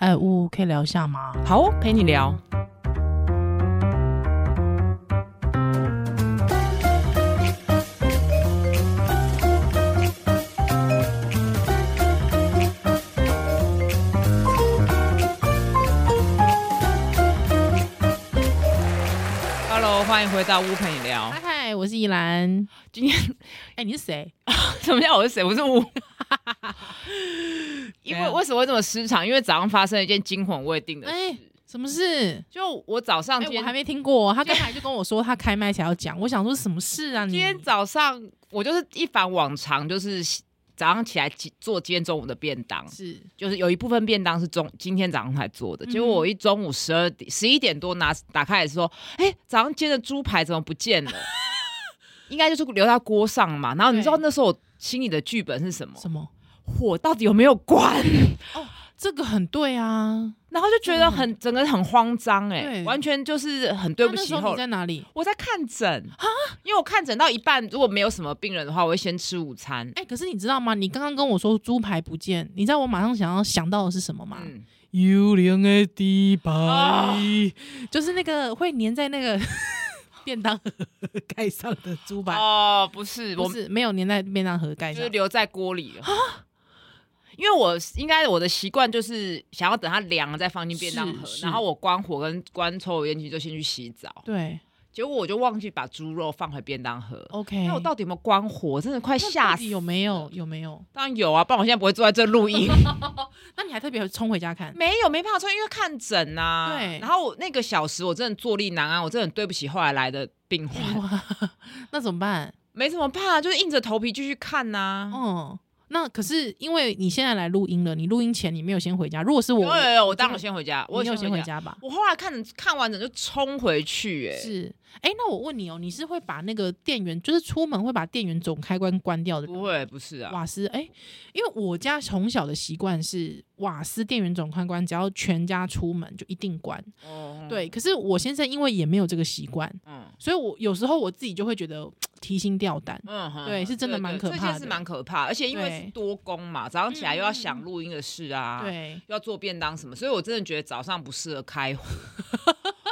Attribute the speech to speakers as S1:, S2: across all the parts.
S1: 哎，呜，可以聊一下吗？
S2: 好哦，陪你聊。Hello，欢迎回到乌陪你聊
S1: 嗨。嗨，我是依兰。
S2: 今天
S1: 哎，你是谁？
S2: 什么叫我是谁？我是乌。 因
S1: 怎
S2: 为
S1: 样
S2: 为什么会这么失常？因为早上发生了一件惊魂未定的事。
S1: 哎，什么事？
S2: 就我早上
S1: 哎，
S2: 今
S1: 我
S2: 天
S1: 还没听过。 他刚才就跟我说他开麦才要讲，我想说什么事啊你？
S2: 今天早上我就是一反往常，就是早上起来起做今天中午的便当，
S1: 是
S2: 就是有一部分便当是中今天早上才做的。
S1: 嗯哼
S2: 结果我一中午十二点十一点多拿打开来说，哎、早上煎的猪排怎么不见了？ 应该就是留在锅上嘛。然后你知道
S1: 对
S2: 那时候我心里的剧本是什么？
S1: 什么？
S2: 火到底有没有关？
S1: 这个很对啊。
S2: 然后就觉得很整个很慌张、哎，
S1: 对
S2: 完全就是很对不起
S1: 那那时候
S2: 后
S1: 你在哪里？
S2: 我在看诊啊，因为我看诊到一半，如果没有什么病人的话，我会先吃午餐。
S1: 哎，可是你知道吗？你刚刚跟我说猪排不见，你知道我马上想要想到的是什么吗？
S2: 嗯，
S1: 幽灵的地牌，
S2: 啊
S1: 就是那个会粘在那个 便当盒盖上的猪排，
S2: 哦，不是，我
S1: 不是没有粘在便当盒盖
S2: 就
S1: 上
S2: 是。留在锅里了
S1: 啊
S2: 因为我应该我的习惯就是想要等它凉了再放进便当盒
S1: 是，是
S2: 然后我关火跟关抽油烟机就先去洗澡，
S1: 对
S2: 结果我就忘记把猪肉放回便当盒。
S1: 哦，OK。
S2: 那我到底有没有关火？真的快
S1: 那
S2: 吓
S1: 到底
S2: 死！
S1: 有没有？有没有？
S2: 当然有啊，不然我现在不会坐在这录 音。
S1: 那你还特别冲回家看？
S2: 没有，没办法穿，因为看诊呐、
S1: 对
S2: 然后我那个小时我真的坐立难安，我真的很对不起后来来的病患。
S1: 哇，那怎么办？
S2: 没什么怕，就是硬着头皮继续看呐、
S1: 嗯，那可是因为你现在来录音了，你录音前你没有先回家。如果是我
S2: 有，有有，我当
S1: 真
S2: 然
S1: 的
S2: 先回家，我
S1: 你有先
S2: 回
S1: 回。家吧？
S2: 我后来看看完整就冲回去、哎，
S1: 是。哎，那我问你哦，你是会把那个电源，就是出门会把电源总开关关掉的人吗
S2: 不会，不是啊，
S1: 瓦斯，哎、因为我家从小的习惯是瓦斯电源总开关，只要全家出门就一定关。
S2: 哦，
S1: 对，可是我先生因为也没有这个习惯，
S2: 嗯
S1: 所以我有时候我自己就会觉得提心吊胆。
S2: 嗯哼
S1: 对是真的蛮可
S2: 这
S1: 怕
S2: 件事
S1: 的
S2: 蛮可怕，而且因为
S1: 对
S2: 是多工嘛，早上起来又要想
S1: 嗯
S2: 录音的事啊，，
S1: 对，
S2: 要做便当什么，所以我真的觉得早上不适合开火。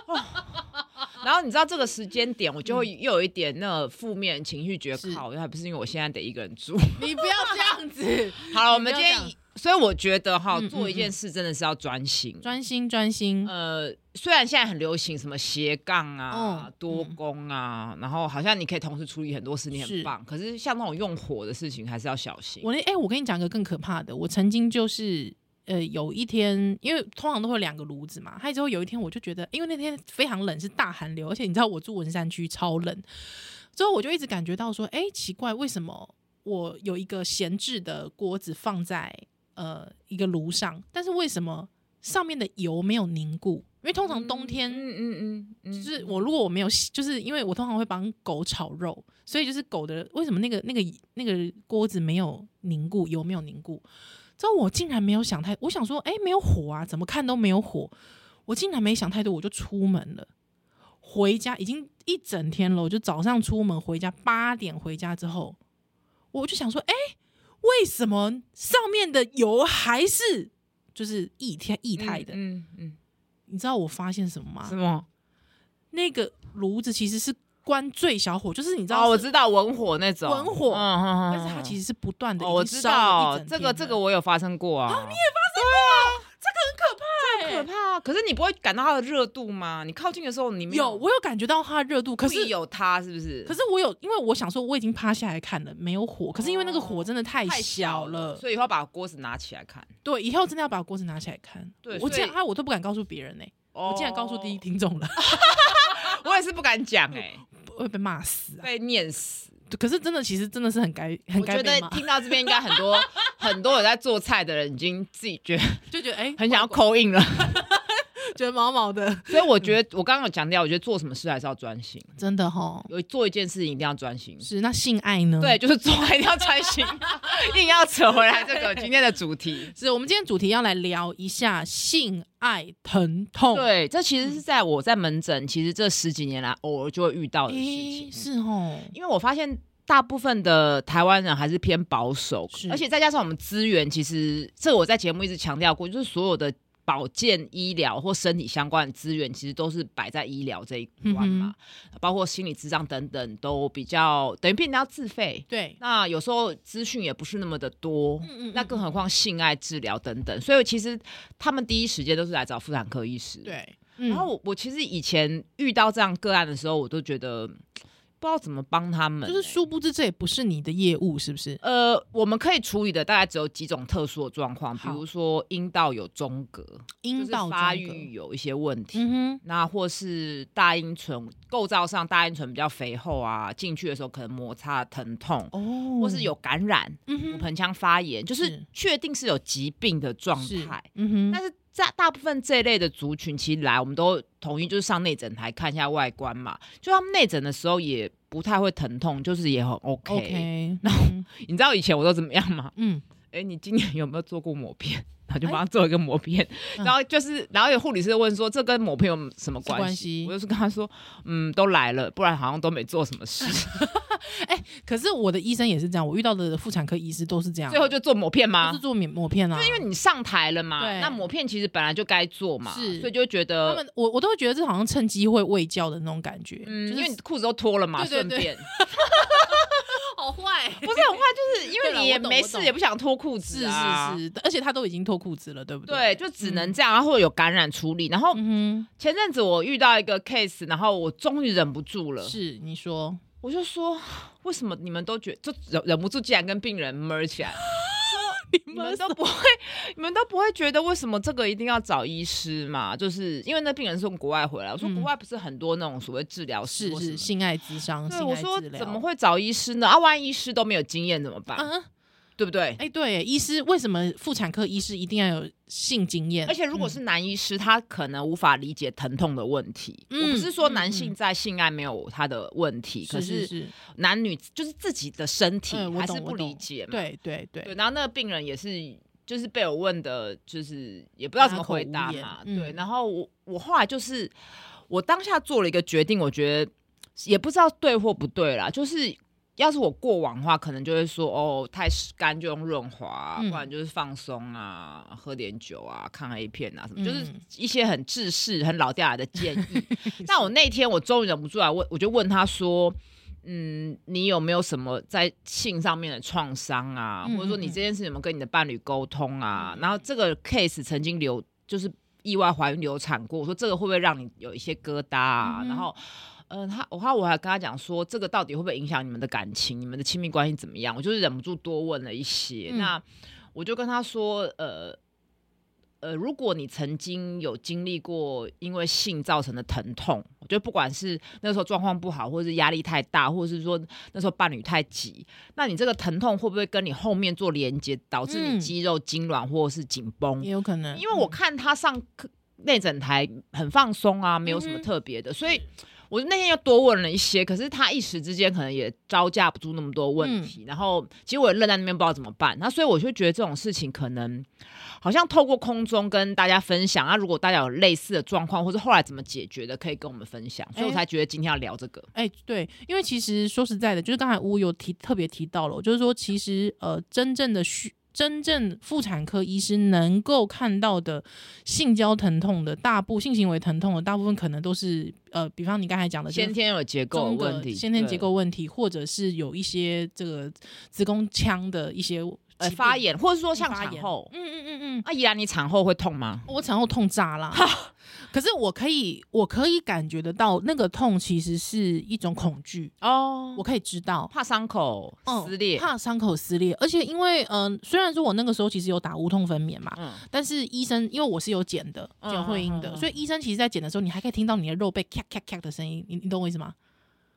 S2: 哦 然后你知道这个时间点，我就会又有一点那个负面情绪，觉得
S1: 嗯是
S2: 靠，还不是因为我现在得一个人 住。
S1: 你不要这样子，
S2: 好了，我
S1: 你
S2: 们
S1: 不
S2: 今
S1: 要
S2: 天
S1: 这样，
S2: 所以我觉得哈，
S1: 嗯嗯
S2: 做一件事真的是要专心。啊
S1: 专心专心。
S2: 呃，虽然现在很流行什么斜杠啊、
S1: 嗯
S2: 多工啊，然后好像你可以同时处理很多事，你很
S1: 是
S2: 棒。可是像那种用火的事情，还是要小心。
S1: 我那哎、我跟你讲一个更可怕的，我曾经就是。呃，有一天，因为通常都会有两个炉子嘛，还之后有一天我就觉得，因为那天非常冷，是大寒流，而且你知道我住文山区超冷，之后我就一直感觉到说，哎、奇怪，为什么我有一个闲置的锅子放在呃一个炉上，但是为什么上面的油没有凝固？因为通常冬天
S2: 嗯嗯嗯嗯，
S1: 就是我如果我没有洗，就是因为我通常会帮狗炒肉，所以就是狗的为什么那个那个那个锅子没有凝固，油没有凝固？之后我竟然没有想太，我想说，哎、没有火啊，怎么看都没有火，我竟然没想太多，我就出门了。回家已经一整天了，我就早上出门回家，八点回家之后，我就想说，哎、为什么上面的油还是就是液态液态的？啊
S2: 嗯嗯
S1: 你知道我发现什么吗
S2: 嗯，？什么？
S1: 那个炉子其实是关最小火，就是你知道是，
S2: 哦，我知道文火那种
S1: 文火
S2: 嗯嗯
S1: 但是它其
S2: 实
S1: 实是不断的、
S2: 哦，我知道这个这个我有发生过啊，你也
S1: 啊很欸
S2: 可怕啊。可是你不会感到它的热度吗？你靠近的时候，你没
S1: 有，我有感觉到它的热度，可
S2: 故
S1: 是
S2: 意有它是不是？
S1: 可是我有，因为我想说我已经趴下来看了，没有火，可是因为那个火真的太
S2: 哦太
S1: 小
S2: 了，
S1: 了，
S2: 所以以后把锅子拿起来看。
S1: 对，以后真的要把锅子拿起来看。
S2: 对
S1: 我
S2: 所
S1: 竟然
S2: 以哦
S1: 啊，我都不敢告诉别人呢、
S2: 我
S1: 我竟然告诉第一，听众了，
S2: 我也是不敢讲哎，
S1: 会被骂死啊！
S2: 被念死。
S1: 可是真的，其实真的是很该很
S2: 我
S1: 该被
S2: 觉得
S1: 骂，
S2: 听到这边应该很多很多有在做菜的人已经自己觉得
S1: 就觉得哎、
S2: 很想要扣印了，
S1: 觉得毛毛的，
S2: 所以我觉得我刚刚有强调，我觉得做什么事还是要专心，
S1: 真的哈。
S2: 有做一件事情一定要专心。
S1: 是那性爱呢？
S2: 对，，就是做爱一定要专心， 硬要扯回来这个今天的主题。
S1: 是我们今天主题要来聊一下性爱疼痛。
S2: 对，这其实是在我在门诊，其实这十几年来偶尔就会遇到的事
S1: 诶，
S2: 情。
S1: 是哦，
S2: 因为我发现大部分的台湾人还是偏保守
S1: 是，
S2: 而且再加上我们资源，其实这我在节目一直强调过，就是所有的保健、医疗或身体相关的资源，其实都是摆在医疗这一
S1: 嗯
S2: 关嘛，包括心理智障等等，都比较等于变成要自费。
S1: 对，
S2: 那有时候资讯也不是那么的多，
S1: 嗯嗯
S2: 那更何况性爱治疗等等，所以其实他们第一时间都是来找妇产科医师。。
S1: 对，
S2: 然
S1: 然
S2: 后我我其实以前遇到这样个案的时候，我都觉得嗯不知道怎么帮他们、
S1: 就是
S2: 欸
S1: 殊不知这也不是你的业务，是不是？
S2: 呃，我们可以处理的大概只有几种特殊的状况，比
S1: 好
S2: 如说阴道有中隔，
S1: 阴
S2: 就
S1: 道
S2: 是发
S1: 中隔
S2: 育，有一些问题。
S1: 嗯哼，
S2: 那或是大阴唇构造上，大阴唇比较肥厚啊，进去的时候可能摩擦疼痛，
S1: 哦
S2: 或是有感染、
S1: 嗯
S2: 骨
S1: 哼，
S2: 盆腔发炎，就是
S1: 是
S2: 确定是有疾病的状
S1: 是
S2: 态。
S1: 嗯
S2: 但
S1: 哼，
S2: 是在大部分这一类的族群，其实来我们都同意，就是上内诊台看一下外观嘛。就他们内诊的时候也不太会疼痛，就是也很 OK。
S1: OK，然后
S2: 你知道以前我都怎么样吗？
S1: 嗯，
S2: 哎、你今年有没有做过抹片？然后就帮他做一个抹片，
S1: 哎嗯
S2: 然后就是，然后有护理师问说这跟抹片有什么
S1: 什么
S2: 关
S1: 关
S2: 系
S1: 系？
S2: 我就是跟他说，嗯，都来了，不然好像都没做什么事，
S1: 可是我的医生也是这样，我遇到的妇产科医师都是这样，
S2: 最后就做抹片吗
S1: 都是？做免抹片啊，
S2: 因为你上台了嘛，
S1: 对
S2: 那抹片其实本来就该做嘛，
S1: 是
S2: 所以就会觉得
S1: 他们我我都会觉得这好像趁机会喂教的那种感觉，
S2: 嗯，
S1: 就
S2: 因为
S1: 是
S2: 你裤子都脱了嘛，
S1: 对对
S2: 顺
S1: 对
S2: 便
S1: 好坏，
S2: 不是很坏，就是因
S1: 对
S2: 为
S1: 啦
S2: 你也
S1: 我懂
S2: 没
S1: 我
S2: 事，
S1: 懂
S2: 也不想脱裤子
S1: 是
S2: 啊。
S1: 是是，而且他都已经脱裤子了，对不对？
S2: 对，就只能这样，然后有感染处理。然后
S1: 嗯
S2: 前阵子我遇到一个 case，然后我终于忍不住了
S1: 哼，，是你说
S2: 我就说为什么你们都觉就忍忍不住，竟然跟病人闷 起来，你们都不会，你们都不会觉得为什么这个一定要找医师嘛？就是因为那病人是从国外回来，我说
S1: 嗯
S2: 国外不是很多那种所谓治疗师
S1: 是
S2: 或什
S1: 是
S2: 么
S1: 性爱智商，
S2: 对，
S1: 性
S2: 我
S1: 爱
S2: 说
S1: 治疗
S2: 怎么？会找医师呢？啊，万一医师都没有经验怎么办？
S1: 嗯，
S2: 对不对？
S1: 哎，对，医师为什么妇产科医师一定要有性经验？嗯
S2: 而且如果是男医师，他可能无法理解疼痛的问题。
S1: 嗯
S2: 我不是说
S1: 嗯
S2: 男性在性爱没有他的问题，可
S1: 是是
S2: 是
S1: 是，
S2: 男女就是自己的身体
S1: 嗯我
S2: 还
S1: 懂
S2: 是
S1: 我
S2: 不
S1: 懂
S2: 理解嘛。
S1: 对对
S2: 对，
S1: 对，
S2: 然后那个病人也是。就是被我问的，就是也不知道怎么回答
S1: 哑
S2: 嘛
S1: 口。无言
S2: 对，
S1: 嗯
S2: 然后我我后来就是我当下做了一个决定，我觉得也不知道对或不对啦。就是要是我过往的话，可能就会说哦，太干就用润滑、啊，
S1: 嗯
S2: 不然就是放松啊，喝点酒啊，看 A 片啊什么，
S1: 嗯
S2: 就是一些很制式、很老掉牙的建 议。但我那天我终于忍不住来问，我就问他说。嗯，你有没有什么在性上面的创伤啊？
S1: 嗯
S2: 或者说你
S1: 嗯
S2: 这件事有没有跟你的伴侣沟通啊？然后这个 case 曾经流就是意外怀孕流产过，我说这个会不会让你有一些疙瘩、啊？
S1: 嗯哼
S2: 然后，呃，他我后来我还跟他讲说，这个到底会不会影响你们的感情、你们的亲密关系怎么样？我就是忍不住多问了一些。
S1: 嗯
S2: 那我就跟他说，呃。呃，如果你曾经有经历过因为性造成的疼痛，我觉得不管是那时候状况不好，或者是压力太大，或者是说那时候伴侣太急，那你这个疼痛会不会跟你后面做连接，导致你
S1: 嗯
S2: 肌肉痉挛或者是紧绷？
S1: 也有可能，嗯
S2: 因为我看他上课内诊台很放松啊，没有什么
S1: 嗯哼
S2: 特别的，所以我那天又多问了一些，可是他一时之间可能也招架不住那么多
S1: 嗯
S2: 问题，然后其实我也愣在那边不知道怎么办，那所以我就觉得这种事情可能好像透过空中跟大家分享，那、如果大家有类似的状况或是后来怎么解决的，可以跟我们分享，所以我
S1: 哎
S2: 才觉得今天要聊这个，
S1: 哎、对，因为其实说实在的，就是刚才乌有提特别提到了，就是说其实呃，真正的需真正妇产科医师能够看到的性交疼痛的大部性行为疼痛的大部分，可能都是呃，比方你刚才讲的就是
S2: 先天有结构
S1: 中
S2: 的
S1: 的
S2: 问题，
S1: 先天
S2: 对
S1: 结。构问题，或者是有一些这个子宫腔的一些
S2: 呃，
S1: 疾
S2: 发
S1: 病
S2: 炎，或者说像
S1: 发
S2: 产
S1: 炎
S2: 后，
S1: 嗯嗯嗯嗯，
S2: 啊，依然你产后会痛吗？
S1: 我产后痛炸啦。可是我可以，我可以感觉得到，那个痛其实是一种恐惧，
S2: 哦
S1: 我可以知道，
S2: 怕伤口
S1: 嗯
S2: 撕裂，
S1: 怕伤口撕裂，而且因为嗯、呃虽然说我那个时候其实有打无痛分娩嘛，
S2: 嗯，
S1: 但是医生因为我是有剪的，
S2: 嗯
S1: 剪会阴的，
S2: 嗯嗯嗯
S1: 所以医生其实在剪的时候，你还可以听到你的肉被咔咔咔的声音，你你懂我意思吗？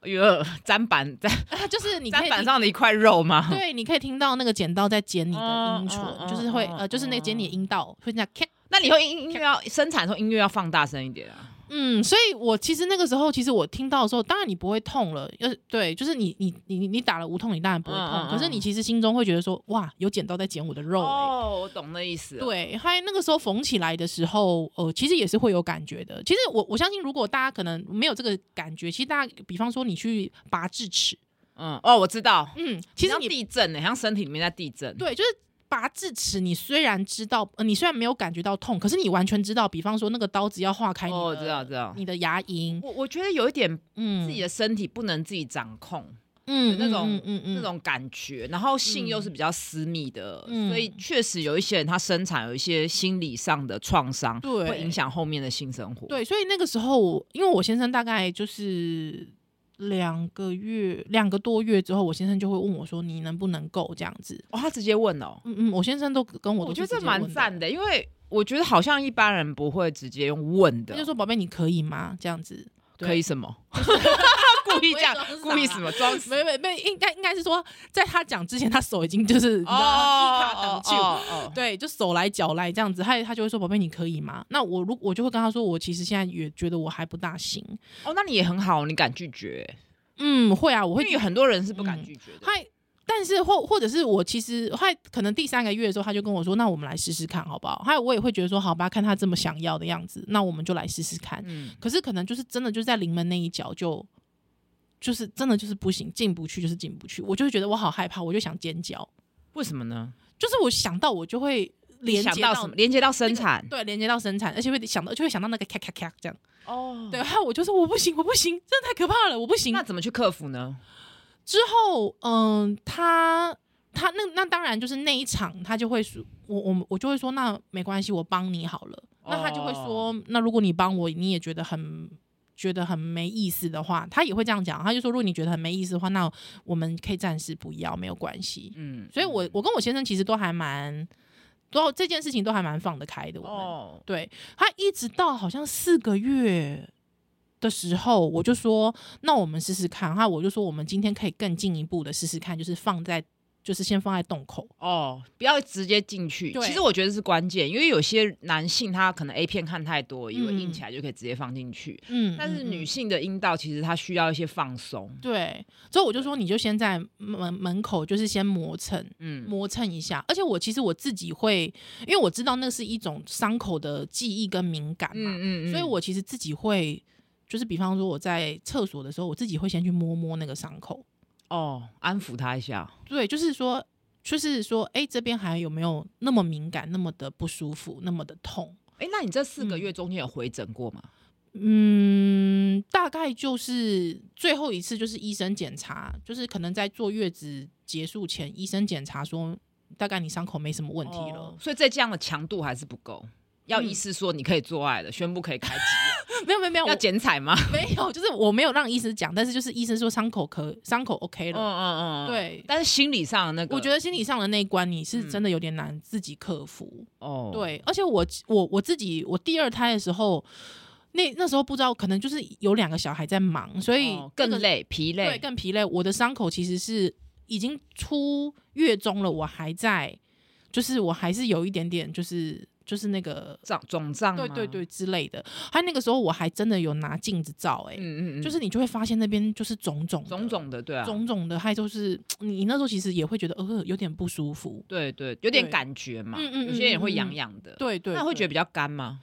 S2: 呃砧板 在
S1: 啊，就是你可
S2: 砧
S1: 以
S2: 板上的一块肉 吗？
S1: 对，你可以听到那个剪刀在剪你的
S2: 嗯
S1: 阴
S2: 嗯
S1: 唇，
S2: 嗯
S1: 就是会
S2: 嗯
S1: 呃，就是那个剪你的阴道会这样咔。
S2: 那你以后音音乐要生产的时候音乐要放大声一点啊。
S1: 嗯，所以我其实那个时候，其实我听到的时候，当然你不会痛了，呃，对，就是你你你你你打了无痛，你当然不会痛，
S2: 嗯嗯嗯
S1: 可是你其实心中会觉得说，哇，有剪刀在剪我的肉、欸，欸
S2: 哦，我懂那意思了。
S1: 对，还那个时候缝起来的时候，呃，其实也是会有感觉的。其实我我相信，如果大家可能没有这个感觉，其实大家比方说你去拔智齿，
S2: 嗯，哦，我知道。
S1: 嗯，其实
S2: 像
S1: 你
S2: 地震呢、像身体里面在地震。，
S1: 对，就是拔智齿，你虽然知道、呃，你虽然没有感觉到痛，可是你完全知道，比方说那个刀子要划开你的，
S2: 哦，我知道，我知道。
S1: 你的牙龈，
S2: 我我觉得有一点
S1: 嗯，
S2: 自己的身体不能自己掌控、
S1: 嗯
S2: 那种
S1: 嗯嗯嗯
S2: 那种感觉，然后性又是比较私密的，
S1: 嗯
S2: 所以确实有一些人他生产有一些心理上的创伤，
S1: 对
S2: 会影响后面的性生活。，
S1: 对，所以那个时候，因为我先生大概就是两个月、两个多月之后，我先生就会问我说：“你能不能够这样子
S2: 哦，他直接问哦？”，
S1: 嗯嗯，我先生都跟我都
S2: 我觉
S1: 是
S2: 得这
S1: 直接
S2: 蛮
S1: 问的
S2: 赞的，因为我觉得好像一般人不会直接用问
S1: 他
S2: 的，
S1: 就说：“宝贝，你可以吗？”这样子对
S2: 可以什么，故意这样
S1: 我也装，傻
S2: 故意什么装死。
S1: 没没没，应该应该是说，在他讲之前，他手已经就是你知道吗一卡挡住。
S2: 哦，
S1: 对，就手来脚来这样子，他他就会说：“宝贝，你可以吗？”那我如我就会跟他说：“我其实现在也觉得我还不大行。
S2: 哦，那你也很好，你敢拒绝，”
S1: 嗯，会啊，我
S2: 因
S1: 会
S2: 为
S1: 觉
S2: 有
S1: 得
S2: 很多人是不敢
S1: 嗯
S2: 拒绝的。
S1: 嗨，但是或或者是我其实嗨，可能第三个月的时候，他就跟我说：“那我们来试试看，好不好？”嗨，我也会觉得说：“好吧，看他这么想要的样子，那我们就来试试看。
S2: 嗯，
S1: 可是可能就是真的就是在临门那一脚就。就是真的就是不行，进不去就是进不去，我就会觉得我好害怕，我就想尖叫，
S2: 为什么呢？
S1: 就是我想到我就会连
S2: 想
S1: 接
S2: 到什么？连接到生
S1: 那个
S2: 产
S1: 对，连接到生产，而且会想到就会想到那个咔咔咔这样，
S2: 哦
S1: 对，，还有我就说我不行，我不行，真的太可怕了，我不行
S2: 那。怎么去克服呢？
S1: 之后，嗯，他他那那当然就是那一场，他就会说，我我们我就会说，那没关系，我帮你好了。那他就会说，
S2: 哦
S1: 那如果你帮我，你也觉得很觉得很没意思的话，他也会这样讲。他就说，如果你觉得很没意思的话，那我们可以暂时不要，没有关系。
S2: 嗯，
S1: 所以我我跟我先生其实都还蛮，都这件事情都还蛮放得开的。我们、
S2: 哦，
S1: 对他一直到好像四个月的时候，我就说那我们试试看。哈，我就说我们今天可以更进一步的试试看，就是放在就是先放在洞口。
S2: 哦，不要直接进去。
S1: 对
S2: 其实我觉得是关键，因为有些男性他可能 A 片看太多，以为
S1: 嗯
S2: 硬起来就可以直接放进去，
S1: 嗯
S2: 但是
S1: 嗯
S2: 女
S1: 嗯
S2: 性的阴道其实它需要一些放松。
S1: 对，所以我就说你就先在门门口就是先磨蹭。
S2: 嗯，
S1: 磨蹭一下，而且我其实我自己会，因为我知道那是一种伤口的记忆跟敏感嘛，
S2: 嗯
S1: 所以我其实自己会，就是比方说我在厕所的时候，我自己会先去摸摸那个伤口，
S2: 哦安抚他一下。
S1: 对，就是说，就是说，哎、这边还有没有那么敏感，那么的不舒服，那么的痛？
S2: 哎，那你这四个
S1: 嗯
S2: 月中间有回诊过吗？
S1: 嗯，大概就是最后一次，就是医生检查，就是可能在坐月子结束前，医生检查说，大概你伤口没什么问题了。
S2: 哦所以在这样的强度还是不够。要
S1: 嗯
S2: 医师说你可以做爱了，宣布可 以开机，
S1: 没有，没有，没有，
S2: 要
S1: 我
S2: 剪 彩吗？
S1: 没有，就是我没有让医师讲，但是就是医生说伤口可伤口 OK 了。
S2: 嗯
S1: 对
S2: 但是心理上的那个，
S1: 我觉得心理上的那一关，你是
S2: 嗯
S1: 真的有点难自己克服。
S2: 哦，
S1: 对，而且我我我自己，我第二胎的时候，那那时候不知道，可能就是有两个小孩在忙，所以、
S2: 哦更，累、疲
S1: 对，
S2: 累，
S1: 更疲累。我的伤口其实是已经出月中了，我还在，就是我还是有一点点，就是就是那个，
S2: 胀肿胀，
S1: 对对，对之类的。还有那个时候我还真的有拿镜子照、欸，哎、
S2: 嗯嗯嗯，
S1: 就是你就会发现那边就是肿肿的
S2: 种种的，对啊，
S1: 肿肿的，还就是你你那时候其实也会觉得呃有点不舒服。
S2: 对对，有点
S1: 对
S2: 感觉嘛，
S1: 嗯嗯嗯
S2: 有些人会
S1: 嗯嗯
S2: 痒痒的，，
S1: 对对
S2: 那会觉
S1: 得
S2: 得比较干吗？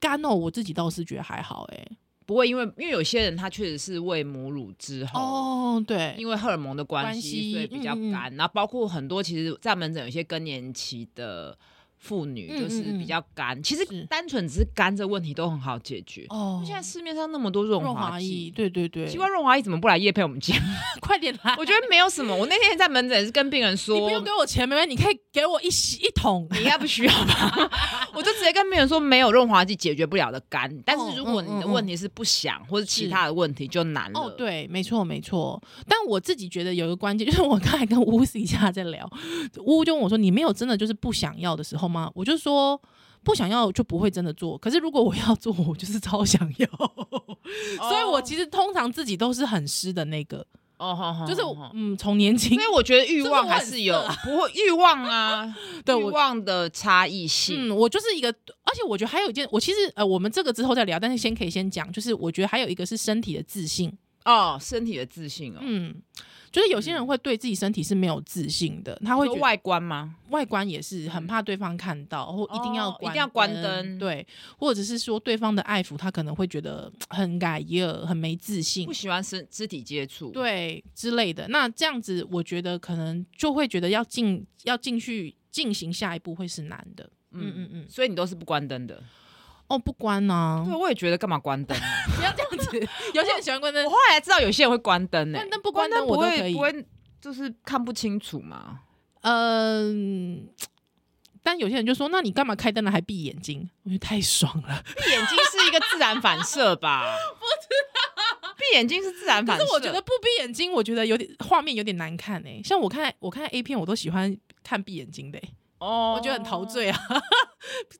S1: 干哦，我自己倒是觉得还好哎、欸
S2: 不会，因为因为有些人他确实是喂母乳之后。
S1: 哦，对，
S2: 因为荷尔蒙的关
S1: 关
S2: 系，
S1: 系
S2: 所以比较
S1: 嗯嗯嗯
S2: 干。然后包括很多，其实，在门诊有一些更年期的妇女，
S1: 嗯
S2: 就是
S1: 嗯嗯
S2: 比较干。其实
S1: 是
S2: 单纯只是干这问题都很好解决。
S1: 哦，
S2: 现在市面上那么多润
S1: 润
S2: 滑
S1: 滑
S2: 剂
S1: 液，，对对对，
S2: 奇怪，润滑液怎么不来夜配我们家？
S1: 快 点来！
S2: 我觉得没有什么。我那天在门诊也是跟病人说，
S1: 你不用给我钱，没关系，你可以给我一洗一桶。
S2: 你应该不需要吧？ 我就直接跟病人说，没有润滑剂解决不了的干。但
S1: 哦
S2: 是如
S1: 嗯
S2: 果你的问题是不想，或者其他的问题，就难了。
S1: 哦，，对，没错没错。但我自己觉得有一个关键，就是我刚才跟乌私底下在聊，乌就问我说：“你没有真的就是不想要的时候吗？”我就说。不想要就不会真的做。可是如果我要做，我就是超想要， 所以我其实通常自己都是很湿的那个，
S2: 哦，好好，
S1: 就是
S2: 好好
S1: 嗯，从年轻
S2: 因为我觉得欲
S1: 就是
S2: 望
S1: 我
S2: 还
S1: 很
S2: 是
S1: 色
S2: 有，
S1: 啊
S2: 不会欲望啊，
S1: 对
S2: 欲
S1: 我
S2: 望的差异性。
S1: 嗯，我就是一个，而且我觉得还有一件，我其实呃，我们这个之后再聊，但是先可以先讲，就是我觉得还有一个是身体的自信，
S2: 哦，身体的自信哦，
S1: 嗯，就是有些人会对自己身体是没有自信的，他会
S2: 说
S1: 觉得
S2: 外观吗？
S1: 外观也是很怕对方看到，或一定要
S2: 哦
S1: 关、
S2: 一定要关灯
S1: 对，或者是说对方的爱抚，他可能会觉得很改耶，很没自信
S2: 不，喜欢身肢体接触。，
S1: 对之类的。那这样子，我觉得可能就会觉得要进要进去进行下一步会是难的。嗯嗯嗯，
S2: 所以你都是不关灯的。
S1: 哦，不关呢、
S2: 对， 我也觉得干嘛关灯啊？
S1: 不要这样子。有些人喜欢关
S2: 我
S1: 灯
S2: 后，来知道有些人会关灯呢，
S1: 关灯不关灯
S2: 不
S1: 我都可
S2: 会
S1: 以
S2: 不会就是看不清楚嘛。
S1: 嗯、但有些人就说，那你干嘛开灯了还闭眼睛？我觉得太爽 了。
S2: 闭眼睛是一个自然反射吧？ 不知道，闭眼睛是自然反
S1: 可
S2: 射。
S1: 是我觉得不闭眼睛，我觉得有点画面有点难看哎、像我看我看 A 片，我都喜欢看闭眼睛的、欸，
S2: 哦
S1: 我觉得很陶。醉啊。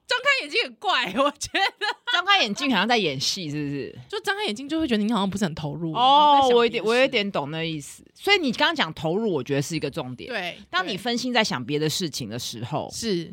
S1: 张开眼睛很怪，我觉得
S2: 张开眼睛好像在演戏，是不是？
S1: 就张开眼睛就会觉得你好像不是很投入
S2: 哦，我有
S1: 一
S2: 点，我有点懂那意思。所以你刚刚讲投入，我觉得是一个重点。，
S1: 对。
S2: 当你
S1: 对
S2: 分心在想别的事情的时候，
S1: 是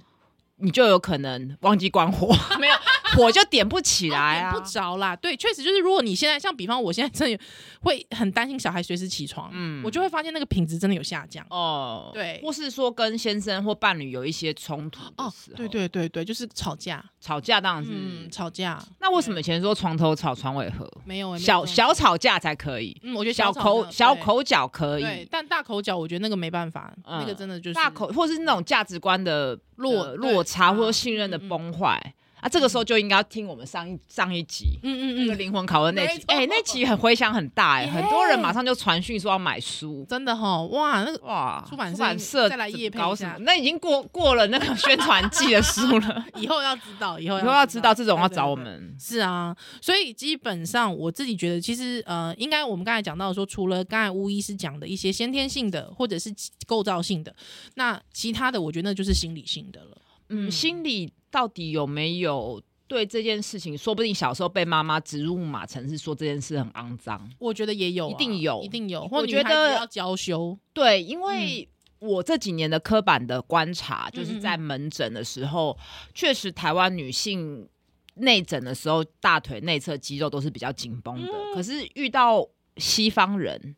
S2: 你就有可能忘记 关火，没有火就点不起来啊。
S1: 哦不着啦，对，确实就是如果你现在像比方我现在真的会很担心小孩随时起床，
S2: 嗯
S1: 我就会发现那个品质真的有下降。
S2: 哦，
S1: 对哦
S2: 或是说跟先生或伴侣有一些冲突的时候，
S1: 对，对对对，就是吵架，
S2: 吵架当然是。
S1: 嗯，吵架
S2: 那为什么以前说床头吵床尾和？
S1: 没有欸没有
S2: 小
S1: 这种
S2: 小吵架才可以，
S1: 嗯，我觉得
S2: 小
S1: 吵
S2: 口
S1: 的
S2: 小
S1: 对
S2: 口角可
S1: 对
S2: 以，，
S1: 但大口角我觉得那个没办法，
S2: 嗯
S1: 那个真的就是
S2: 大口或是那种价值观的
S1: 落
S2: 呃
S1: 对
S2: 落差
S1: 嗯
S2: 或者信任的崩坏啊，这个时候就应该要听我们上一上一集。那
S1: 嗯嗯
S2: 个
S1: 嗯，
S2: 灵魂拷问那集
S1: 没，错
S2: 哎、那集很回响很大哎、
S1: 耶
S2: 很多人马上就传讯说要买书，
S1: 真的哈，哇，那个
S2: 哇，
S1: 出版社
S2: 社
S1: 再来
S2: 怎么
S1: 业配一
S2: 搞什么
S1: 下？
S2: 那已经过 过了那个宣传季的书了，
S1: 以后要知道， 以后
S2: 以后要知道这种
S1: 对
S2: 要
S1: 对
S2: 找我
S1: 对
S2: 们，
S1: 是啊，所以基本上我自己觉得，其实呃，应该我们刚才讲到说，除了刚才巫医师讲的一些先天性的或者是构造性的，那其他的我觉得那就是心理性的了。
S2: 嗯，
S1: 嗯
S2: 心里到底有没有对这件事情，说不定小时候被妈妈植入马城是说这件事很肮脏，
S1: 我觉得也有啊、
S2: 一定有
S1: 一定有，
S2: 我
S1: 或女
S2: 觉
S1: 孩子
S2: 得
S1: 要娇羞，
S2: 对，
S1: 嗯
S2: 因为我这几年的刻板的观察，
S1: 嗯
S2: 就是在门诊的时候，确实台湾女性内诊的时候，大腿内侧肌肉都是比较紧绷的。可
S1: 嗯
S2: 是遇到西方人，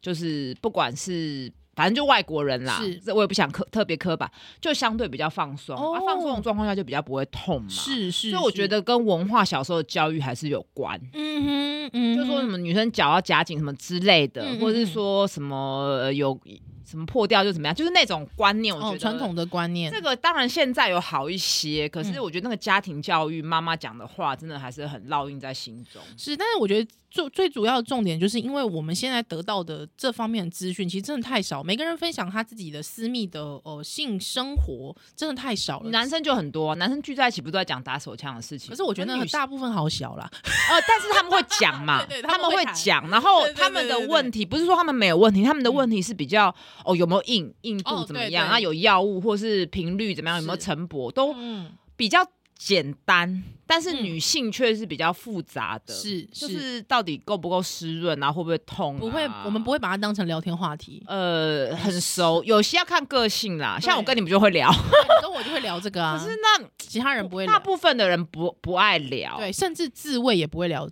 S2: 就是不管是。反正就外国人啦
S1: 是，
S2: 这我也不想刻特别刻板，就相对比较放松。
S1: 哦
S2: 啊，放松的状况下就比较不会痛嘛。，
S1: 是是，
S2: 所以我
S1: 是
S2: 觉，得跟文化小时候的教育还是有关。
S1: 嗯哼，嗯哼，
S2: 就说什么女生脚要夹紧什么之类的，
S1: 嗯嗯
S2: 或者是说什么、呃有什么破掉就怎么样，就是那种观念，我觉
S1: 哦
S2: 得，
S1: 传统。的观念，
S2: 这个当然现在有好一些，可是
S1: 嗯
S2: 我觉得那个家庭教育妈妈讲的话，真的还是很烙印在心中。
S1: 是，但是我觉得最最主要的重点，就是因为我们现在得到的这方面的资讯，其实真的太少。每个人分享他自己的私密的呃性生活，真的太少了。
S2: 男生就很多，啊男生聚在一起不都在讲打手枪的事情？
S1: 可是我觉得
S2: 女
S1: 很大部分好小啦，
S2: 呃，但是他们会讲嘛，
S1: 对对
S2: 他
S1: 他
S2: 们
S1: 们
S2: 会
S1: 会
S2: 讲，然后
S1: 对对对
S2: 他们的
S1: 对对嗯
S2: 问题不是说他们没有问题，他们的问题是比较哦有没有硬硬度
S1: 哦
S2: 怎么
S1: 对
S2: 样，
S1: 对
S2: 啊有药物或是频率怎么样，有没有
S1: 是
S2: 晨勃都
S1: 嗯，
S2: 比较简单，但是
S1: 嗯
S2: 女性却是比较复杂的，
S1: 是
S2: 就是是到底够不够湿润啊，会不会痛、
S1: 不会，我们不
S2: 会。
S1: 会把它当成聊天话 题。
S2: 呃，很熟，有些要看个性啦。
S1: 对
S2: 像我跟你们就会聊，
S1: 对你跟我就会聊这个
S2: 可
S1: 啊，
S2: 是那
S1: 其他人不会
S2: 大
S1: 聊。
S2: 部分的人不不爱聊。
S1: 对，甚至自慰也不会聊。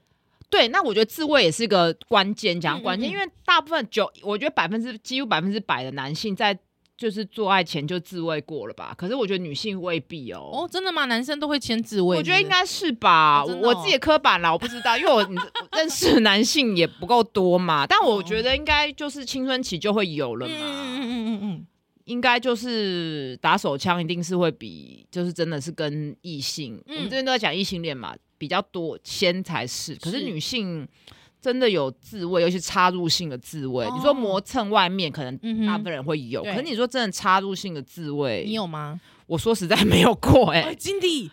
S2: 对那我觉得自慰也是一个关键，讲到
S1: 嗯嗯
S2: 关键，
S1: 嗯
S2: 因为大部分九，我觉得百分之几乎百分之百的男性在就是做爱前就自慰过了吧。可是我觉得女性未必
S1: 哦，真的吗？男生都会先自慰？
S2: 我觉得
S1: 是
S2: 应
S1: 不是
S2: 该是吧，
S1: 哦
S2: 我
S1: 真的
S2: 我
S1: 哦
S2: 自己的刻板啦，我不知道，因为我 你我认识的男性也不够多嘛，但我觉得应该就是青春期就会有了
S1: 哦嗯嗯
S2: 嘛，
S1: 嗯嗯嗯
S2: 应该就是打手枪一定是会比就是真的是跟异性，我
S1: 嗯
S2: 们这边都在讲异性恋嘛，比较多先才是，可是
S1: 是
S2: 女性。真的有自慰，尤其插入性的自慰。
S1: 哦
S2: 你说磨蹭外面，可能
S1: 嗯哼
S2: 大部分人会有，
S1: 对
S2: 可是你说真的插入性的自慰，
S1: 嗯，你有吗？
S2: 我说实在没有过哎、
S1: 哎，金地，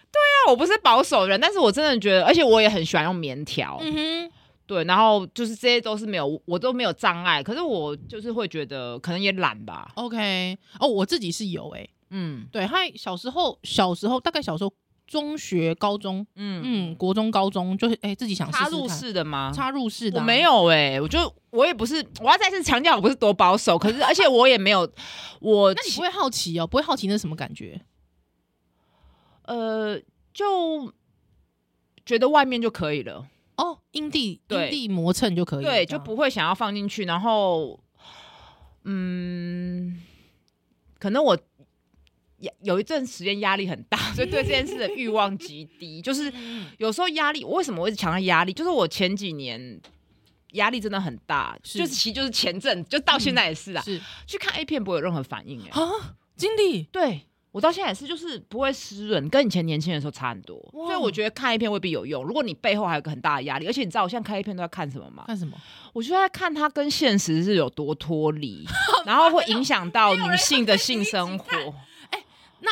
S2: 我不是保守人，但是我真的觉得，而且我也很喜欢用棉条，
S1: 嗯哼，
S2: 对，然后就是这些都是没有，我都没有障碍。可是我就是会觉得，可能也懒吧，
S1: ，OK。哦，我自己是有哎，
S2: 嗯，
S1: 对，他小时候小时候大概小时候中学、高中，
S2: 嗯，
S1: 嗯，国中、高中，就是哎、自己想试试
S2: 插入
S1: 看
S2: 式的吗？
S1: 插入式的、啊
S2: 我没，有哎、我就我也不是，我要再次强调，我不是多保守，可是而且我也没有，我
S1: 那你不会好奇哦？不会好奇那是什么感觉？
S2: 呃就觉得外面就可以了，
S1: 哦，阴蒂阴
S2: 对
S1: 蒂磨蹭就可以了，
S2: 对，
S1: 这
S2: 就
S1: 样
S2: 不会想要放进去，然后嗯，可能我。也有一阵时间压力很大，所以对这件事的欲望极低。就是
S1: 嗯
S2: 有时候压力，我为什么我一直强调压力？就是我前几年压力真的很大，
S1: 是嗯
S2: 就是其实就是前阵，就到现在也是啊。
S1: 是
S2: 去看 A 片不会有任何反应、欸，
S1: 啊，经理
S2: 对我到现在也是，就是不会湿润，跟以前年轻人的时候差很多。
S1: 哇
S2: 所以我觉得看 A 片未必有用。如果你背后还有一个很大的压力，而且你知道我现在看 A 片都在看什么吗？
S1: 看什么？
S2: 我就在看它跟现实是有多 脱离，然后
S1: 哦
S2: 会影响到女性的性生活。
S1: 哎那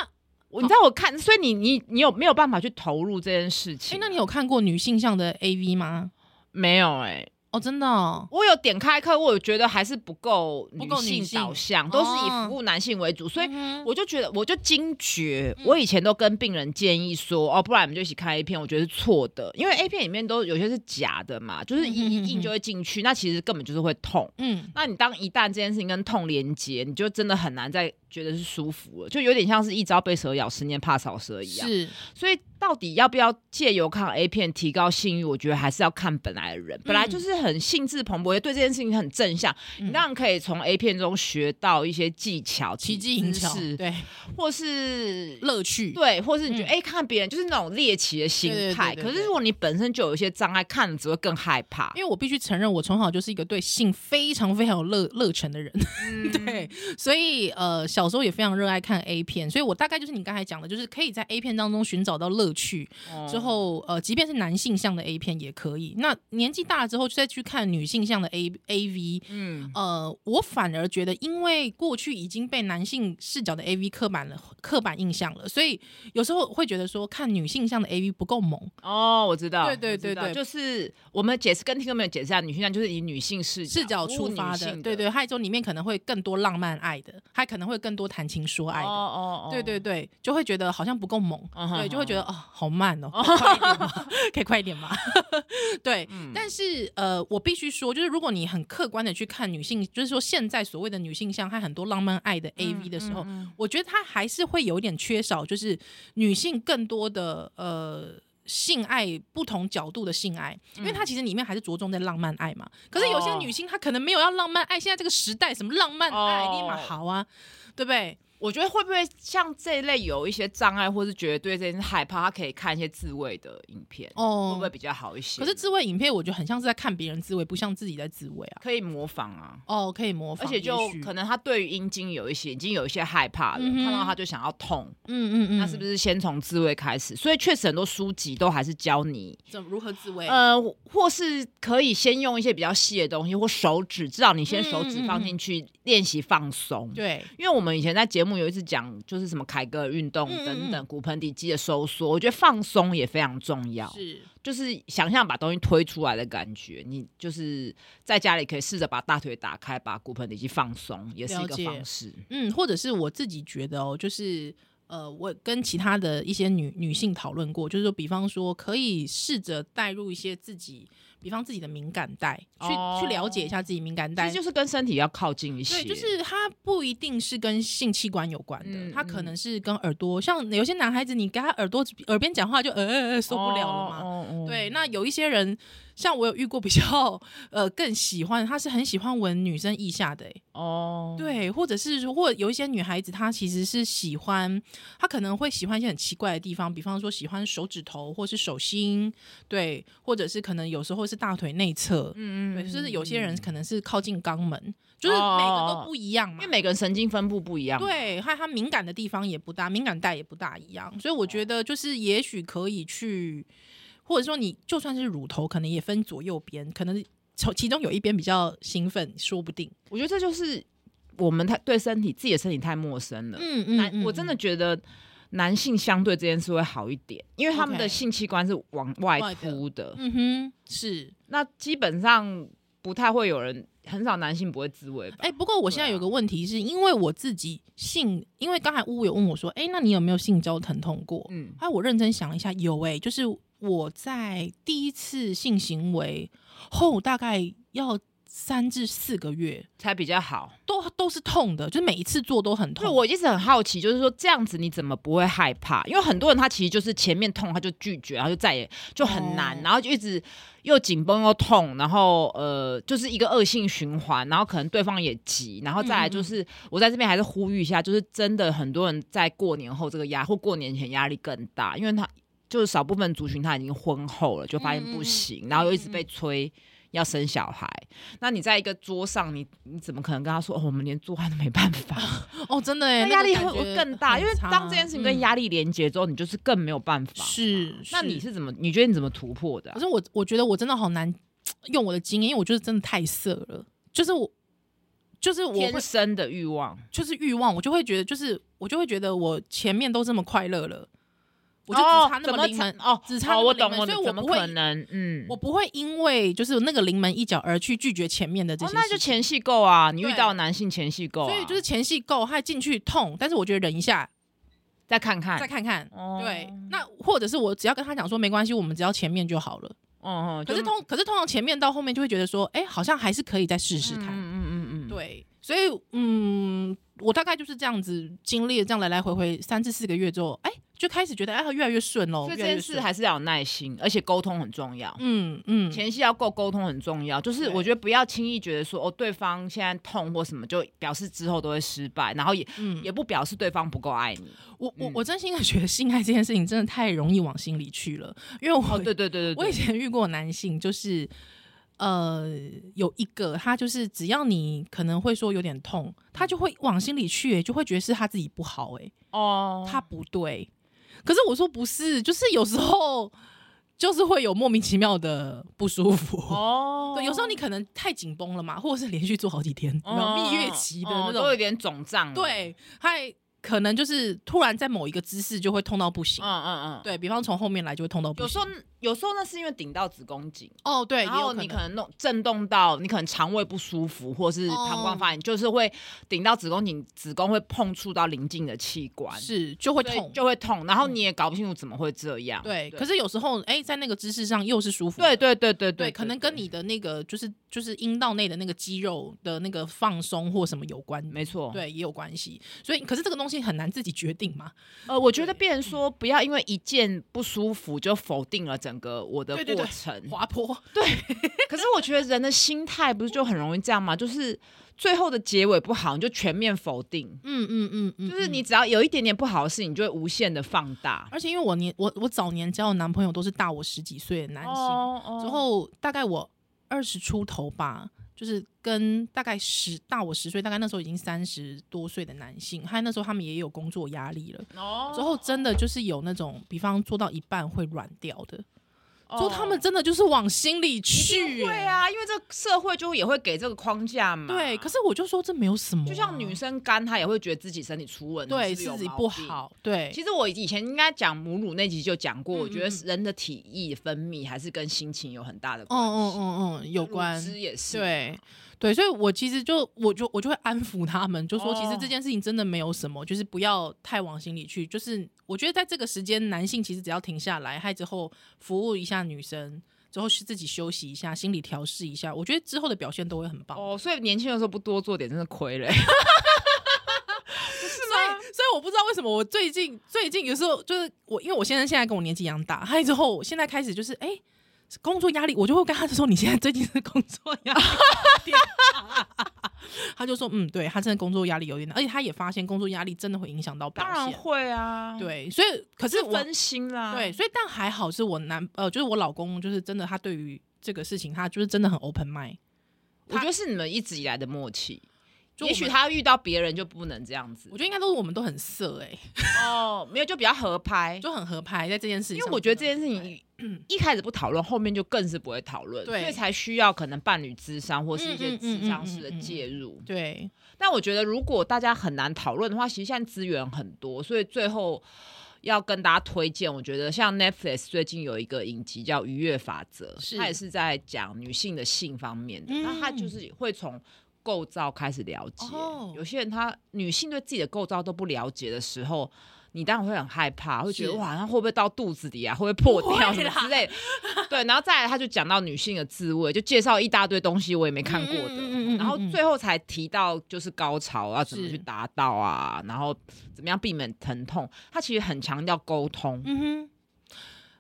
S2: 我你知道我看，所以你你你有没有办法去投入这件事
S1: 哎、
S2: 情？啊
S1: 那你有看过女性向的 A V 吗？
S2: 没有哎、
S1: 哦，真的哦，
S2: 我有点开课，我有觉得还是不够
S1: 不
S2: 女
S1: 够女
S2: 性
S1: 性
S2: 导向，都是以
S1: 哦
S2: 服务男性为主，所以
S1: 嗯哼
S2: 我就觉得，我就惊觉，我以前都跟病人建议说，哦，不然我们就一起看 A 片，我觉得是错的，因为 A 片里面都有些是假的嘛，就是
S1: 嗯哼
S2: 一一
S1: 嗯哼
S2: 硬就会进去，那其实根本就是会痛。
S1: 嗯，
S2: 那你当一旦这件事情跟痛连接，你就真的很难再觉得是舒服了，就有点像是一朝被蛇咬，十年怕草蛇一样。
S1: 是
S2: 所以到底要不要借由看 A 片提高性欲，我觉得还是要看本来的
S1: 嗯
S2: 人，本来就是很兴致蓬勃，也对这件事情很正向，
S1: 嗯
S2: 你当然可以从 A 片中学到一些技巧、
S1: 奇迹营销
S2: 姿，势
S1: 对，
S2: 或是
S1: 乐趣，
S2: 对，或是你觉得
S1: 嗯
S2: 哎、诶看看别人就是那种猎奇的心
S1: 对对
S2: 态，
S1: 对对
S2: 可
S1: 对
S2: 是如果你本身就有一些障碍，看了只会更害怕。
S1: 因为我必须承认，我从小就是一个对性非常非常有热热忱的人， 对，所以呃，小时候也非常热爱看 A 片，所以我大概就是你刚才讲的，就是可以在 A 片当中寻找到乐趣，之后呃，即便是男性向的 A 片也可以。那年纪大了之后，再去看女性向的 A A V，
S2: 嗯，
S1: 呃，我反而觉得，因为过去已经被男性视角的 A V 刻板了刻板印象了，所以有时候会觉得说看女性向的 A V 不够猛，
S2: 哦，我知道，
S1: 对对
S2: 我知
S1: 对
S2: 道
S1: 对
S2: 就是我们解释跟听众朋友解释一下，女性向就是以女性视
S1: 视角
S2: 服务
S1: 出
S2: 女
S1: 发的
S2: 性，哦
S1: 对对，还有就里面可能会更多浪漫爱的，还可能会更多谈情说爱
S2: 哦
S1: 的。
S2: 哦哦，
S1: 对对对，就会觉得好像不够猛，
S2: 嗯哼
S1: 对，就会
S2: 哼
S1: 觉得哦，好慢哦，可以快一点吗 可以快一点吗？ 对，
S2: 嗯
S1: 但是呃，我必须说，就是如果你很客观的去看女性，就是说现在所谓的女性像和很多浪漫
S2: 嗯
S1: 爱的 A V 的时候，我觉得它还是会有一点缺少，就是女性更多的呃。性爱不同角度的性爱，因为它其实里面还是着重在浪漫爱嘛。可是有些
S2: 嗯哦
S1: 女性她可能没有要浪漫爱，现在这个时代什么浪漫爱立马
S2: 哦
S1: 好啊，对不对？
S2: 我觉得会不会像这一类有一些障碍，或是觉得对这件事害怕，他可以看一些自慰的影片，
S1: 哦
S2: 会不会比较好一些？
S1: 可是自慰影片，我觉得很像是在看别人自慰，不像自己在自慰啊。
S2: 可以模仿啊，
S1: 哦，可以模
S2: 而
S1: 仿，
S2: 且就
S1: 也许
S2: 可，能他对于阴茎有一些已经有一些害怕了，
S1: 嗯哼
S2: 看到他就想要痛，
S1: 嗯嗯嗯，
S2: 那是不是先从自慰开始？所以确实很多书籍都还是教你。
S1: 怎么如何自慰？
S2: 呃，或是可以先用一些比较细的东西，或手指，至少你先手
S1: 嗯嗯嗯
S2: 指
S1: 嗯
S2: 放进去练习放松。
S1: 对，
S2: 因为我们以前在节目有一次讲，就是什么凯格尔运动
S1: 嗯嗯嗯
S2: 等等，骨盆底肌的收缩，我觉得放松也非常重要。
S1: 是
S2: 就是想象把东西推出来的感觉，你就是在家里可以试着把大腿打开，把骨盆底肌放松，也是一
S1: 了
S2: 个
S1: 解
S2: 方式。
S1: 嗯，或者是我自己觉得哦，就是呃，我跟其他的一些女女性讨论过，就是说，比方说可以试着带入一些自己，比方自己的敏感带，去、
S2: 哦
S1: 去了解一下自己敏感
S2: 其
S1: 带
S2: 实。就是跟身体要靠近一些，
S1: 对，就是它不一定是跟性器官有关的，
S2: 嗯
S1: 它可
S2: 嗯
S1: 能是跟耳朵，像有些男孩子，你给他耳朵耳边讲话就呃呃呃受不了了嘛，
S2: 哦哦哦
S1: 对，那有一些人，像我有遇过比较呃更喜欢，她是很喜欢闻女生腋下的、欸，
S2: 哦，
S1: 对，或者是如果有一些女孩子，她其实是喜欢，她可能会喜欢一些很奇怪的地方，比方说喜欢手指头或是手心，对，或者是可能有时候是大腿内侧，
S2: 嗯，嗯
S1: 对，
S2: 嗯，
S1: 就是有些人可能是靠近肛门，就是每个
S2: 哦
S1: 都不一样
S2: 因
S1: 嘛，
S2: 为每个人神经分布不一样，，
S1: 对，还有他敏感的地方也不大，敏感带也不大一样，所以我觉得就是也许可以去，或者说你就算是乳头，可能也分左右边，可能从其中有一边比较兴奋，说不定。
S2: 我觉得这就是我们太对身体自己的身体太陌生了。
S1: 嗯
S2: 男，我真的觉得男性相对这件事会好一点，因为他们
S1: OK
S2: 的性器官是往外
S1: 外的嗯
S2: 凸的，
S1: 嗯哼，是
S2: 那基本上不太会有人很少男性不会自慰吧？
S1: 哎、不过我现在
S2: 对啊
S1: 有个问题，是因为我自己性，因为刚才呜呜有问我说，哎、那你有没有性交疼痛过？
S2: 嗯，
S1: 后来我认真想了一下，有哎、就是我在第一次性行为后，大概要三至四个月，
S2: 才比较好。
S1: 都都是痛的，就是每一次做都很
S2: 对，
S1: 痛。
S2: 我一直很好奇，就是说这样子你怎么不会害怕？因为很多人他其实就是前面痛他就拒绝，然后就再也就很难，
S1: 哦
S2: 然后就一直又紧绷又痛，然后呃就是一个恶性循环，然后可能对方也急，然后再来就是、我在这边还是呼吁一下，就是真的很多人在过年后这个压或过年前压力更大，因为他就是少部分族群他已经婚后了，就发现不行，然后又一直被催。要生小孩，那你在一个桌上，你你怎么可能跟他说？哦，我们连做爱都没办法。
S1: 哦，真的哎、
S2: 那
S1: 那
S2: 压力
S1: 个
S2: 会
S1: 感
S2: 会
S1: 觉
S2: 更大，
S1: 很
S2: 因为
S1: 差
S2: 当这件事情跟
S1: 嗯
S2: 压力连接之后，你就是更没有办法。
S1: 是，
S2: 那你是怎么？你觉得你怎么突破的啊、
S1: 可是我我觉得我真的好难用我的经验，因为我就是真的太色了，就是我就是我会
S2: 天生的欲望，
S1: 就是欲望，我就会觉得就是我就会觉得我前面都这么快乐了，我就只
S2: 哦
S1: 差那
S2: 怎
S1: 么
S2: 么
S1: 临门
S2: 才哦，
S1: 只差那
S2: 哦
S1: 么
S2: 我
S1: 临
S2: 懂
S1: 门
S2: 我懂，
S1: 所以我
S2: 怎么
S1: 不会
S2: 可能？嗯，
S1: 我不会因为就是那个临门一脚而去拒绝前面的这
S2: 哦
S1: 些、，
S2: 那就。前戏够啊，你遇
S1: 对
S2: 到男性前戏够、啊，
S1: 所以就是前戏够，还进去痛，但是我觉得忍一下，
S2: 再看看，
S1: 再看看。
S2: 哦
S1: 对，那或者是我只要跟他讲说没关系，我们只要前面就好了。
S2: 哦，
S1: 可是
S2: 通
S1: 通可是通常前面到后面就会觉得说，哎、好像还是可以再试试看。
S2: 嗯嗯嗯嗯，
S1: 对，所以嗯，我大概就是这样子经历了这样来来回回三至四个月之后，哎、就开始觉得哎、越来越顺喽，
S2: 所
S1: 越
S2: 以这
S1: 来
S2: 件
S1: 越
S2: 事
S1: 顺。
S2: 还是要有耐心，而且沟通很重要。
S1: 嗯嗯，
S2: 前戏要够沟通很重要，就是
S1: 对
S2: 我觉得不要轻易觉得说哦，对方现在痛或什么，就表示之后都会失败，然后也、
S1: 嗯
S2: 也不表示对方不够爱你。
S1: 我我
S2: 嗯
S1: 我真心的觉得性爱这件事情真的太容易往心里去了，因为我、
S2: 哦，对对对对
S1: 我
S2: 对
S1: 以前遇过男性，就是呃有一个他就是只要你可能会说有点痛，他就会往心里去、哎就会觉得是他自己不好、哎。
S2: 哦，
S1: 他不对。可是我说不是，就是有时候就是会有莫名其妙的不舒服。
S2: 哦，
S1: 对，有时候你可能太紧绷了嘛，或者是连续做好几天，然后
S2: 哦
S1: 蜜月期的那
S2: 哦都有
S1: 种，
S2: 点肿胀。，
S1: 对，还可能就是突然在某一个姿势就会痛到不行。
S2: 嗯嗯嗯，。
S1: 对比方从后面来就会痛到不
S2: 有时
S1: 行。
S2: 候，有时候那是因为顶到子宫颈，
S1: 哦，对，
S2: 然后
S1: 也
S2: 你
S1: 有
S2: 可
S1: 能
S2: 能弄震动到，你可能肠胃不舒服，或是膀胱发炎，就是会顶到子宫颈，子宫会碰触到邻近的器官，
S1: 是就会
S2: 所以
S1: 痛，
S2: 就会痛，嗯然后你也搞不清楚怎么会这样。
S1: 对。可是有时候，哎，在那个姿势上又是舒服的，
S2: 对对对对
S1: 对，可能跟你的那个就是就是阴道内的那个肌肉的那个放松或什么有关，
S2: 没错。，
S1: 对，也有关系。所以，可是这个东西很难自己决定嘛。
S2: 呃，我觉得
S1: 对嗯
S2: 别人说不要因为一件不舒服就否定了整个我的
S1: 对对对
S2: 过程。
S1: 滑坡，
S2: 可是我觉得人的心态不是就很容易这样吗？就是最后的结尾不好，你就全面否定。
S1: 嗯嗯嗯嗯，
S2: 就是你。只要有一点点不好的事，你就会无限的放大。
S1: 而且因为我年我我早年交的男朋友都是大我十几岁的男性，
S2: 哦
S1: 之后大概我二十出头吧，就是跟大概十大我十岁，大概那时候已经三十多岁的男性，还有那时候他们也有工作压力了，之
S2: 哦，
S1: 后真的就是有那种，比方做到一半会软掉的，之后
S2: 哦
S1: 他们真的就是往心里去、
S2: 对啊，因为这个社会就也会给这个框架嘛。
S1: 对，可是我就说这没有什么啊、
S2: 就像女生干，她也会觉得自己身体出问题，
S1: 对
S2: 是
S1: 是
S2: 有
S1: 自己
S2: 毛
S1: 不
S2: 病。
S1: 好，对，
S2: 其实我以前应该讲母乳那集就讲过，
S1: 嗯
S2: 我觉得
S1: 嗯嗯
S2: 人的体液分泌还是跟心情有很大的
S1: 嗯
S2: 关系。
S1: 嗯嗯嗯，有关
S2: 乳。汁也是。
S1: 对对，所以我其实就我就我就会安抚他们，就说其实
S2: 哦
S1: 这件事情真的没有什么，就是不要太往心里去。就是我觉得在这个时间，男性其实只要停下来，还之后服务一下女生，之后是自己休息一下，心理调试一下，我觉得之后的表现都会很棒。
S2: 哦，所以年轻的时候不多做点，真的亏 了。
S1: 所以，
S2: 啊
S1: 所以我不知道为什么我最近最近有时候就是我，因为我先生现在跟我年纪一样大，还有之后我现在开始就是哎、工作压力，我就会跟他说你现在最近是工作压力有点大。他就说嗯，对他真的工作压力有点大，而且他也发现工作压力真的会影响到表
S2: 当然
S1: 现。
S2: 会啊，，
S1: 对，所以可是
S2: 是
S1: 我
S2: 分啊心啦。
S1: 对，，所以但还好是我男呃，就是我老公，就是真的他对于这个事情，他就是真的很 open mind。
S2: 我觉得是你们一直以来的默契。
S1: 就我
S2: 也
S1: 们
S2: 许他遇到别人就不能这样子
S1: 我觉得应该都是我们都很色哎、
S2: 哦，没有就比较合拍，
S1: 就很合拍在这件事情
S2: 因
S1: 上。
S2: 为我觉得这件事情一开始不讨论，后面就更是不会讨论，所
S1: 对
S2: 以才需要可能伴侣智商或是一些
S1: 嗯嗯嗯
S2: 智商式的
S1: 嗯嗯嗯
S2: 介入。
S1: 对
S2: 但我觉得如果大家很难讨论的话，其实现在资源很多，所以最后。要跟大家推荐，我觉得像 Netflix 最近有一个影集叫《愉悦法则
S1: 是》，
S2: 它也是在讲女性的性方面的，
S1: 嗯
S2: 那它就是会从。构造开始了解
S1: 哦
S2: 有些人她女性对自己的构造都不了解的时候，你当然会很害怕，会觉得
S1: 是
S2: 哇，那会不会到肚子里啊？会不会破掉
S1: 不会
S2: 什么
S1: 啦
S2: 之类的？对，然后再来，他就讲到女性的自慰，就介绍一大堆东西，我也没看过的。
S1: 嗯嗯嗯嗯嗯嗯
S2: 然后最后才提到就是高潮要怎么
S1: 是
S2: 去达到啊，然后怎么样避免疼痛。他其实很强调沟通，
S1: 嗯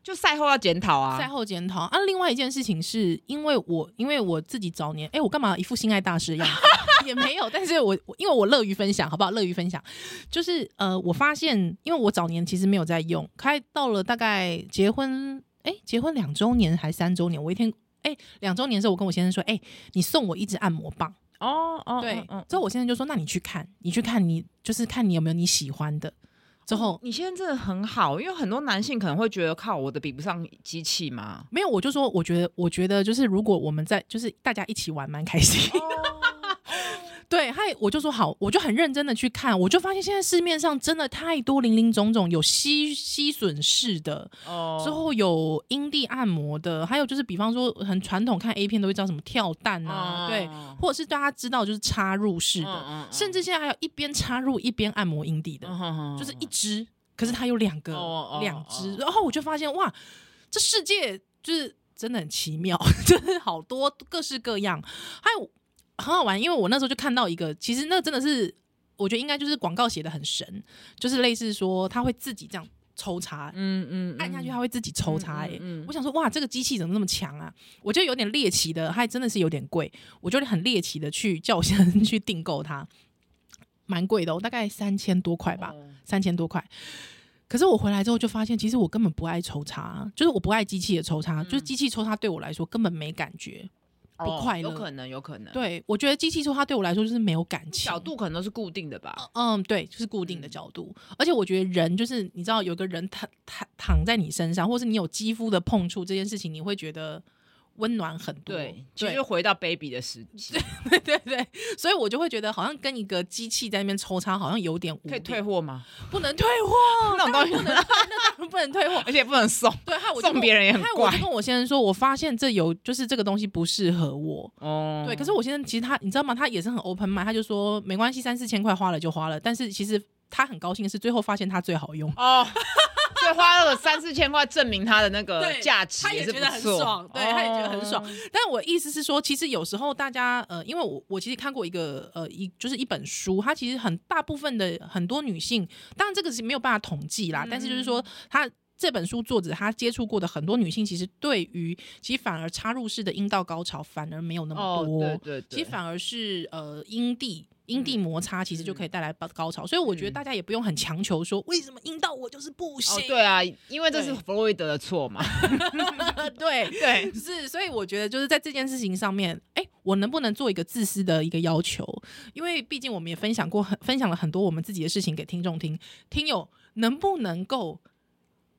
S2: 就赛后要检讨
S1: 哼，赛
S2: 啊。
S1: 后检讨啊。另外一件事情是因为我，因为我自己早年，哎、我干嘛一副性爱大师的样子？也 没有，但是我我因为我乐于分享，好不好？乐于分享，就是呃，我发现，因为我早年其实没有在用，开到了大概结婚，哎、结婚两周年还三周年，我一天。哎，两周年的时候，我跟我先生说：“哎、你送我一支按摩棒。”
S2: 哦哦
S1: 对，之后我现在就说，那你去看，你去看你，就是看你有没有你喜欢的。之后
S2: 你现在真的很好，因为很多男性可能会觉得靠我的比不上机器嘛。
S1: 没有，我就说，我觉得，我觉得就是如果我们在，就是大家一起玩，蛮开心。对，还我就说好，我就很认真的去看，我就发现现在市面上真的太多零零总总有吸吸吮式的，
S2: 哦
S1: 之后有阴蒂按摩的，还有就是比方说很传统看 A 片都会知道什么跳蛋
S2: 哦
S1: 啊，对，或者是大家知道就是插入式的，
S2: 嗯嗯嗯
S1: 甚至现在还有一边插入一边按摩阴蒂的，
S2: 嗯
S1: 就是一只，可是它有两个
S2: 哦哦，
S1: 两只、
S2: 哦
S1: 然后我就发现哇，这世界就是真的很奇妙， 就是好多各式各样，还有很好玩，因为我那时候就看到一个，其实那真的是我觉得应该就是广告写的很神，就是类似说它会自己这样抽查，
S2: 嗯嗯嗯
S1: 按下去它会自己抽查、欸，
S2: 嗯嗯嗯
S1: 我想说哇，这个机器怎么那么强啊？我就有点猎奇的，还真的是有点贵，我就很猎奇的去叫我先生 去订购它，蛮贵的、哦，大概三千多块吧。
S2: 哦
S1: 三千多块。可是我回来之后就发现，其实我根本不爱抽插，啊就是我不爱机器的抽插，
S2: 嗯
S1: 就是机器抽插对我来说根本没感觉。不
S2: 哦
S1: 快乐
S2: 有可能，有可能。，
S1: 对我觉得机器抽插对我来说就是没有感情。
S2: 嗯角度可能都是固定的吧。
S1: 嗯，对，就是固定的角度。而且我觉得人就是你知道，有个人躺躺躺在你身上，或是你有肌肤的碰触这件事情，你会觉得温暖很多。
S2: 对，其实
S1: 哦对
S2: 就回到 baby 的时期，
S1: 对 对对，所以我就会觉得好像跟一个机器在那边抽插，好像有点无
S2: 可
S1: 力
S2: 以退，货吗？
S1: 不能退货，
S2: 那种
S1: 当然
S2: 东西
S1: 不能，那当然不能退货。
S2: 而且不能送
S1: 对，害我就
S2: 送
S1: 跟
S2: 别人也很
S1: 害我
S2: 怪
S1: 就跟我先生说，我发现这有就是这个东西不适合我。
S2: 哦。
S1: 对，可是我先生其实他，你知道吗？他也是很 open mind，他就说没关系，三四千块花了就花了。但是其实他很高兴的是，最后发现他最好用，
S2: 哦， 所以花了三四千块证明它的那个
S1: 对
S2: 价值
S1: 他也
S2: 是
S1: 觉得很
S2: 不错
S1: 爽，对，他也觉得很爽
S2: 哦。
S1: 但我意思是说，其实有时候大家呃，因为我我其实看过一个呃一就是一本书，它其实很大部分的很多女性，当然这个是没有办法统计啦，但是就是
S2: 嗯
S1: 说她。这本书作者他接触过的很多女性，其实对于其实反而插入式的阴道高潮反而没有那么
S2: 哦，
S1: 多，
S2: 对嗯对对，
S1: 其实反而是呃阴蒂阴蒂摩擦，其实就可以带来高高潮，所以我觉得大家也不用很强求说为什么阴道我就是不行，
S2: 嗯哦对啊，因为这是
S1: 对
S2: 弗洛伊德的错嘛。
S1: 对
S2: 对，
S1: 是，所以我觉得就是在这件事情上面，哎、我能不能做一个自私的一个要求？因为毕竟我们也分享过很分享了很多我们自己的事情给听众听，听友能不能够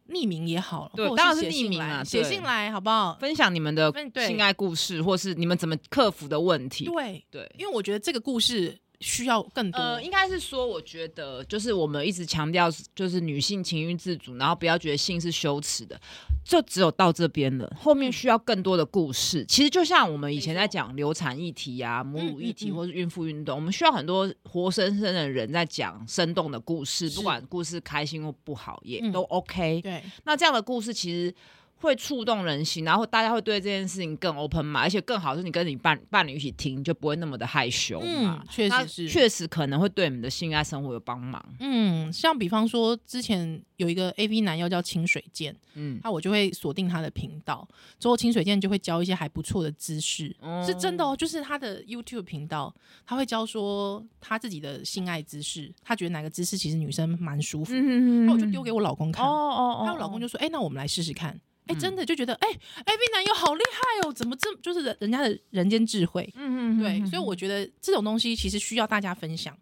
S1: 匿名也好，
S2: 对
S1: 或者
S2: 当然是
S1: 写信
S2: 匿名
S1: 来
S2: 啊
S1: 写
S2: 对
S1: 信来好不好？
S2: 分享你们的
S1: 分对
S2: 性爱故事，或是你们怎么克服的问题。
S1: 对，
S2: 对，
S1: 因为我觉得这个故事需要更多。
S2: 呃，应该是说，我觉得就是我们一直强调，就是女性情欲自主，然后不要觉得性是羞耻的，就只有到这边了。后
S1: 嗯
S2: 面需要更多的故事。其实就像我们以前在讲流产议题啊、母乳议
S1: 嗯
S2: 题
S1: 嗯
S2: 或是孕妇运动，我们需要很多活生生的人在讲生动的故事，
S1: 是
S2: 不管故事开心或不好，也
S1: 嗯
S2: 都 OK。
S1: 对，
S2: 那这样的故事其实会触动人心，然后大家会对这件事情更 open 嘛，而且更好是你跟你伴伴侣一起听，就不会那么的害羞嘛。
S1: 嗯确实
S2: 那
S1: 是
S2: 确实可能会对你们的性爱生活有帮忙。
S1: 嗯，像比方说之前有一个 A V 男要叫清水健，
S2: 嗯，
S1: 那我就会锁定他的频道，之后清水健就会教一些还不错的姿势，
S2: 哦
S1: 是真的哦。就是他的 YouTube 频道，他会教说他自己的性爱姿势，他觉得哪个姿势其实女生蛮舒服。
S2: 嗯
S1: 那我就丢给我老公看，
S2: 哦哦哦，嗯
S1: 然后我老公就说：“哎、那我们来试试看。哎、真的就觉得哎哎，V 男友好厉害哦，怎么这么就是人人家的人间智慧？
S2: 嗯
S1: 对，所以我觉得这种东西其实需要大家分享。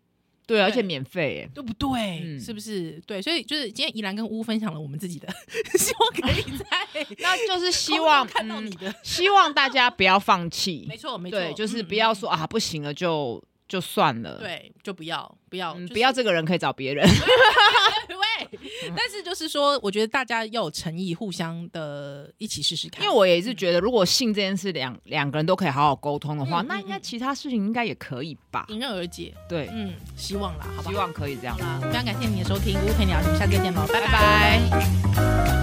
S2: 对，而且免费 耶。
S1: 对不对？
S2: 嗯
S1: 是不是？对，所以就是今天宜兰跟乌分享了我们自己的， 希望可以 在
S2: 那就是希望
S1: 空中看到你
S2: 嗯
S1: 的，
S2: 希望大家不要放弃
S1: 没。错没错，
S2: 对，就是
S1: 嗯
S2: 不要说啊不行了就就算了。，
S1: 对，就不要不要、
S2: 嗯，
S1: 就是
S2: 不要这个人可以找别人。
S1: 喂，但是就是说，我觉得大家要有诚意，互相的一起试试看。
S2: 因为我也
S1: 嗯
S2: 是觉得，如果性这件事两两个人都可以好好沟通的话，
S1: 嗯嗯
S2: 那应该其他事情应该也可以吧？
S1: 迎刃而解，
S2: 对，
S1: 嗯，希望啦，好不好？
S2: 希望可以这样
S1: 好。啦，非常感谢你的收听，无陪聊，我们下次再见喽，拜
S2: 拜拜
S1: 拜